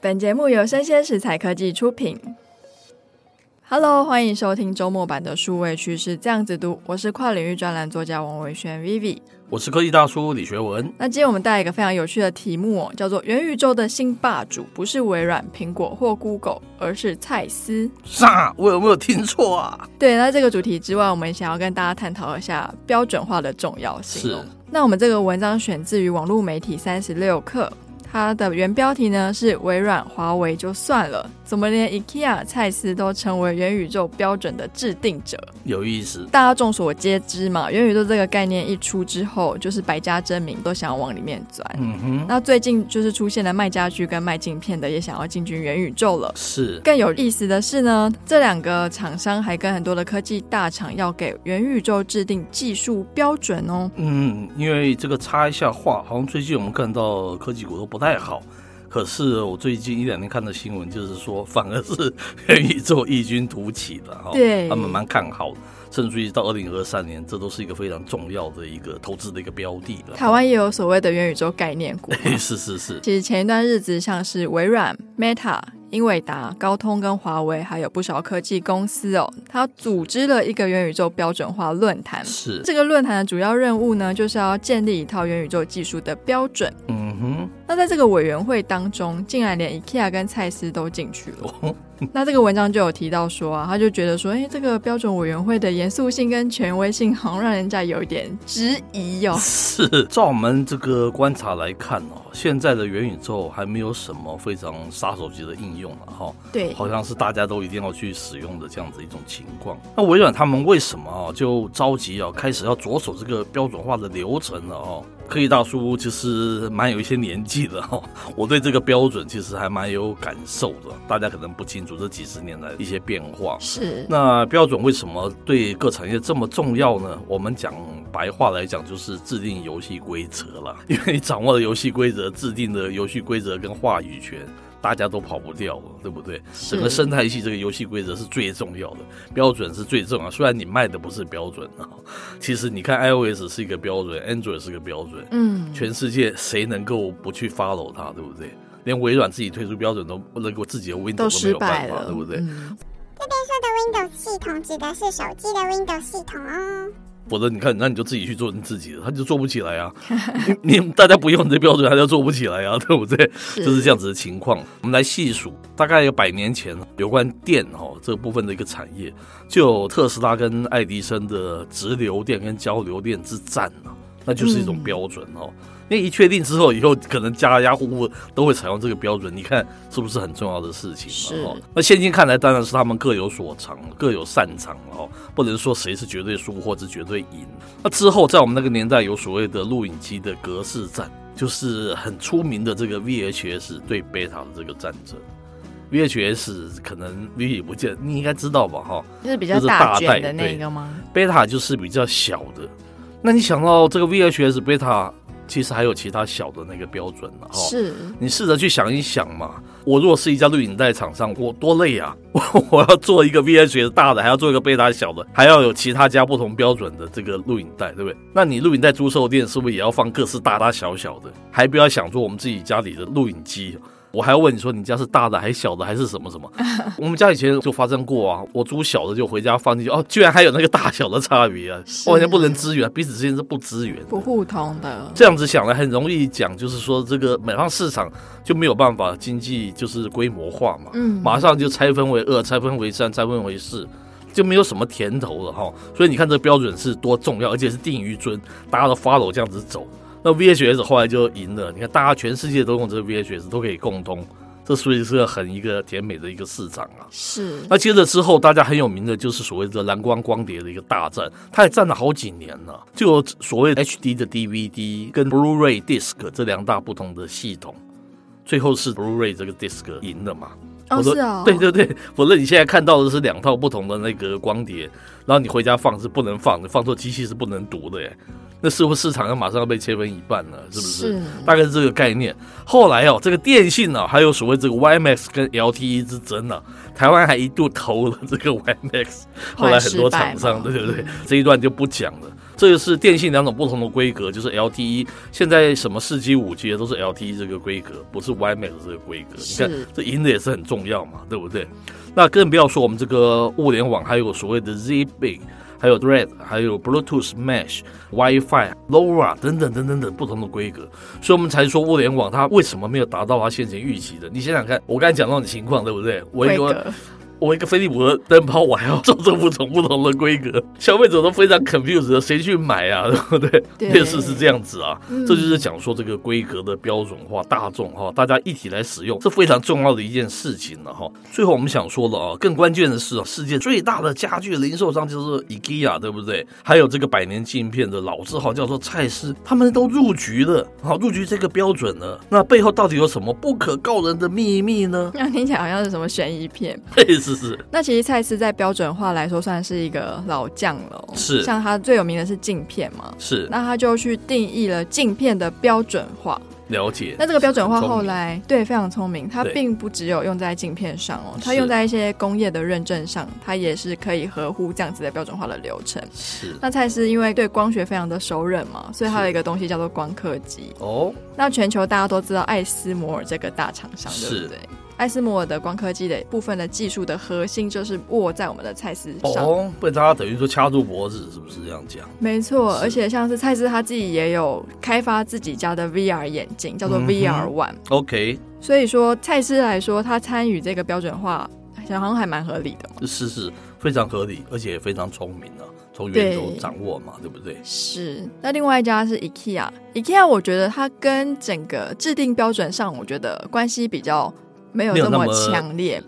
本节目由生鲜食材科技出品。Hello，欢迎收听周末版的数位趋势这样子读，我是跨领域专栏作家王维轩 Vivi。我是科技大叔李学文。那今天我们带来一个非常有趣的题目哦，叫做“元宇宙的新霸主不是微软、苹果或 Google，而是蔡司”。啥？我有没有听错啊？对，那这个主题之外，我们想要跟大家探讨一下标准化的重要性、哦。是那我们这个文章选自于网络媒体三十六氪，它的原标题呢是“微软、华为就算了，怎么连 IKEA、蔡司都成为元宇宙标准的制定者？”有意思。大家众所皆知嘛，元宇宙这个概念一出之后，就是百家争鸣，都想要往里面钻。嗯哼，那最近就是出现了卖家具跟卖镜片的，也想要进军元宇宙了。是更有意思的是呢，这两个厂商还跟很多的科技大厂要给元宇宙制定技术标准哦。嗯，因为这个插一下话，好像最近我们看到科技股都不太好。可是我最近一两天看的新闻就是说， 反而是元宇宙异军突起的哈、对他们蛮看好的，甚至于到二零二三年，这都是一个非常重要的一个投资的一个标的了。台湾也有所谓的元宇宙概念股嘛。嘿， 是是是，其实前一段日子，像是微软、Meta、英伟达、高通跟华为，还有不少科技公司哦，它组织了一个元宇宙标准化论坛。是，这个论坛的主要任务呢，就是要建立一套元宇宙技术的标准。嗯哼。那在这个委员会当中，竟然连 IKEA 跟蔡司都进去了。哦那这个文章就有提到说啊，他就觉得说，哎、这个标准委员会的严肃性跟权威性，好像让人家有一点质疑哦。是，照我们这个观察来看哦，现在的元宇宙还没有什么非常杀手级的应用了哈、对，好像是大家都一定要去使用的这样子一种情况。那微软他们为什么啊就着急啊，开始要着手这个标准化的流程了哦？科技大叔其实蛮有一些年纪的哈、 我对这个标准其实还蛮有感受的。大家可能不清楚这几十年来一些变化，是那标准为什么对各产业这么重要呢？我们讲白话来讲，就是制定游戏规则啦。因为你掌握了 游戏规则，制定的游戏规则跟话语权，大家都跑不掉了，对不对？是整个生态系这个游戏规则是最重要的，标准是最重要。虽然你卖的不是标准啊， 其实你看 iOS 是一个标准，Android 是个标准，嗯，全世界谁能够不去 follow 它，对不对？连微软自己推出标准都不能够，自己的 Windows 都没失有败办法，了，对不对？嗯 Windows 系统指的是手机的 Windows 系统哦。否则你看，那你就自己去做你自己的，他就做不起来啊。你你大家不用你的标准，他就做不起来啊，对不对？就是这样子的情况。我们来细数，大概有百年前有关电哦这部分的一个产业，就有特斯拉跟爱迪生的直流电跟交流电之战啊，那就是一种标准哦。那一确定之后，以后可能家家户户都会采用这个标准，你看是不是很重要的事情是了？哦，那现今看来，当然是他们各有所长，各有擅长了哦，不能说谁是绝对输或是绝对赢。那之后，在我们那个年代，有所谓的录影机的格式战，就是很出名的这个 VHS 对贝塔的这个战争。VHS 可能 V 也不见，你应该知道吧？哈，就是比较就是大大卷代的那对个吗？贝塔就是比较小的。那你想到这个 VHS 贝塔，其实还有其他小的那个标准了哈。是，你试着去想一想嘛。我如果是一家录影带厂商，我多累啊！ 我我要做一个 VHS 大的，还要做一个贝塔小的，还要有其他家不同标准的这个录影带，对不对？那你录影带租售店是不是也要放各式大大小小的？还不要想说我们自己家里的录影机。我还要问你说你家是大的还是小的还是什么什么？我们家以前就发生过啊，我租小的就回家放进去，哦，居然还有那个大小的差别啊！是完全不能支援，彼此之间是不支援的。不互通的，这样子想来很容易讲，就是说这个美方市场就没有办法经济就是规模化嘛，嗯马上就拆分为二、拆分为三、拆分为四，就没有什么甜头了哈。所以你看这个标准是多重要，而且是定于尊，大家都 follow 这样子走。那 VHS 后来就赢了，你看大家全世界都用这个 VHS，都可以共通，这所以是很一个甜美的一个市场啊。是那接着之后，大家很有名的就是所谓的蓝光光碟的一个大战，它也战了好几年了。就有所谓 HD 的 DVD 跟 Blu-ray disc 这两大不同的系统，最后是 Blu-ray 这个 disc 赢了嘛？哦，否则是哦，对对对，否则你现在看到的是两套不同的那个光碟，然后你回家放是不能放的，放错机器是不能读的耶。那似乎市场要马上要被切分一半了，是不是？是大概是这个概念。后来哦，这个电信呢、还有所谓这个 YMAX 跟 LTE 之争呢、台湾还一度投了这个 YMAX，后来很多厂商，后来失败嘛对对对，这一段就不讲了。这个是电信两种不同的规格，就是 LTE，现在什么四 G、五 G 都是 LTE 这个规格，不是 WiMAX 这个规格。你看是这赢的也是很重要嘛，对不对？那更不要说我们这个物联网，还有所谓的 ZigBee。还有 Thread，还有 Bluetooth Mesh、WiFi、LoRa 等等等等等不同的规格，所以我们才说物联网它为什么没有达到它先前预期的？你想想看，我刚才讲到的情况，对不对？我一规个格我一个飞利浦的灯泡，我还要做这五种不同的规格，消费者都非常 confused，的谁去买啊？ 对不对？对电视是这样子啊，嗯？这就是讲说这个规格的标准化、大众化，大家一起来使用，是非常重要的一件事情了哈。最后我们想说的啊，更关键的是啊，世界最大的家具零售商就是 IKEA，对不对？还有这个百年镜片的老字号叫做蔡司，他们都入局了，好入局这个标准了。那背后到底有什么不可告人的秘密呢 那听起来好像是什么悬疑片。嘿，是是。那其实蔡司在标准化来说算是一个老将了哦、是像他最有名的是镜片嘛，是那他就去定义了镜片的标准化。了解。那这个标准化很聪后明来对非常聪明，它对并不只有用在镜片上哦，它是用在一些工业的认证上，它也是可以合乎这样子的标准化的流程。是那蔡司因为对光学非常的熟稔嘛，所以它有是一个东西叫做光刻机。哦，那全球大家都知道艾斯摩尔这个大厂商，对是不对？艾斯摩尔的光刻机的部分的技术的核心就是握在我们的蔡司上，哦，被大家等于说掐住脖子，是不是这样讲？没错。是而且像是蔡司他自己也有开发自己家的 VR 眼镜，叫做嗯哼 VR One、 OK，所以说蔡司来说，他参与这个标准化，好像还蛮合理的嘛。是是非常合理，而且也非常聪明啊，从源头对掌握嘛，对不对？是，那另外一家是 IKEA，IKEA 我觉得它跟整个制定标准上，我觉得关系比较没有没有这那么么强烈。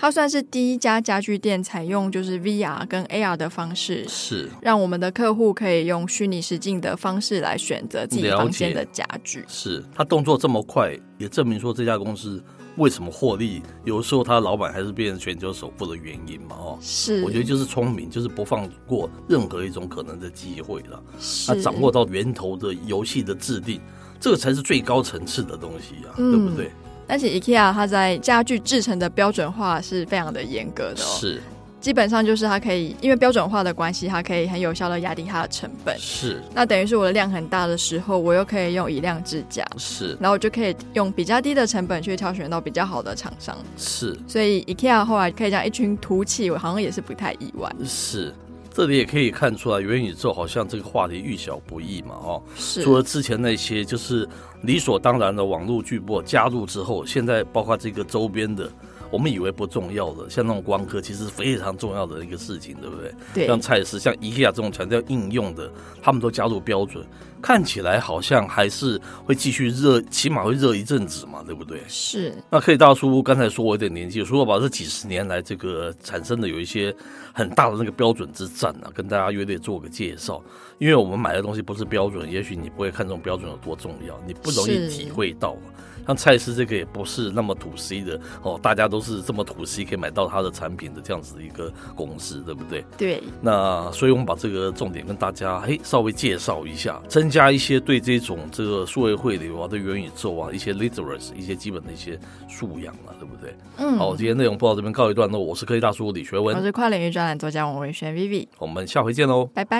它算是第一家家具店采用就是 VR 跟 AR 的方式，是让我们的客户可以用虚拟实境的方式来选择自己了房间解的家具。是，他动作这么快，也证明说这家公司为什么获利，有时候他老板还是变成全球首富的原因嘛，哦。是，我觉得就是聪明，就是不放过任何一种可能的机会了。是他掌握到源头的游戏的制定，这个才是最高层次的东西啊，嗯对不对？但是 IKEA 它在家具制成的标准化是非常的严格的、哦，是基本上就是它可以因为标准化的关系，它可以很有效的压低它的成本。是那等于是我的量很大的时候，我又可以用以量制价，是然后我就可以用比较低的成本去挑选到比较好的厂商。是所以 IKEA 后来可以这样一群突起，我好像也是不太意外。是，这里也可以看出来，元宇宙好像这个话题遇小不易嘛，哦。是除了之前那些就是理所当然的网络巨擘加入之后，现在包括这个周边的。我们以为不重要的，像那种光刻，其实是非常重要的一个事情，对不对？对像蔡司、像 IKEA 这种强调应用的，他们都加入标准，看起来好像还是会继续热，起码会热一阵子嘛，对不对？是那可以大叔刚才说我有点年纪，所以我把这几十年来这个产生的有一些很大的那个标准之战啊，跟大家约略做个介绍。因为我们买的东西不是标准，也许你不会看重标准有多重要，你不容易是体会到嘛。像蔡司这个也不是那么土 C 的哦，大家都是这么土 C 可以买到它的产品的这样子的一个公司，对不对？对，那所以我们把这个重点跟大家嘿稍微介绍一下，增加一些对这种这个数位汇流啊、对元宇宙啊一些 literacy 一些基本的一些素养啊，对不对？嗯，好，今天内容播到这边告一段落，我是科技大叔李学我文，是跨领域专栏作家王维轩 Vivi，我们下回见喽。拜拜。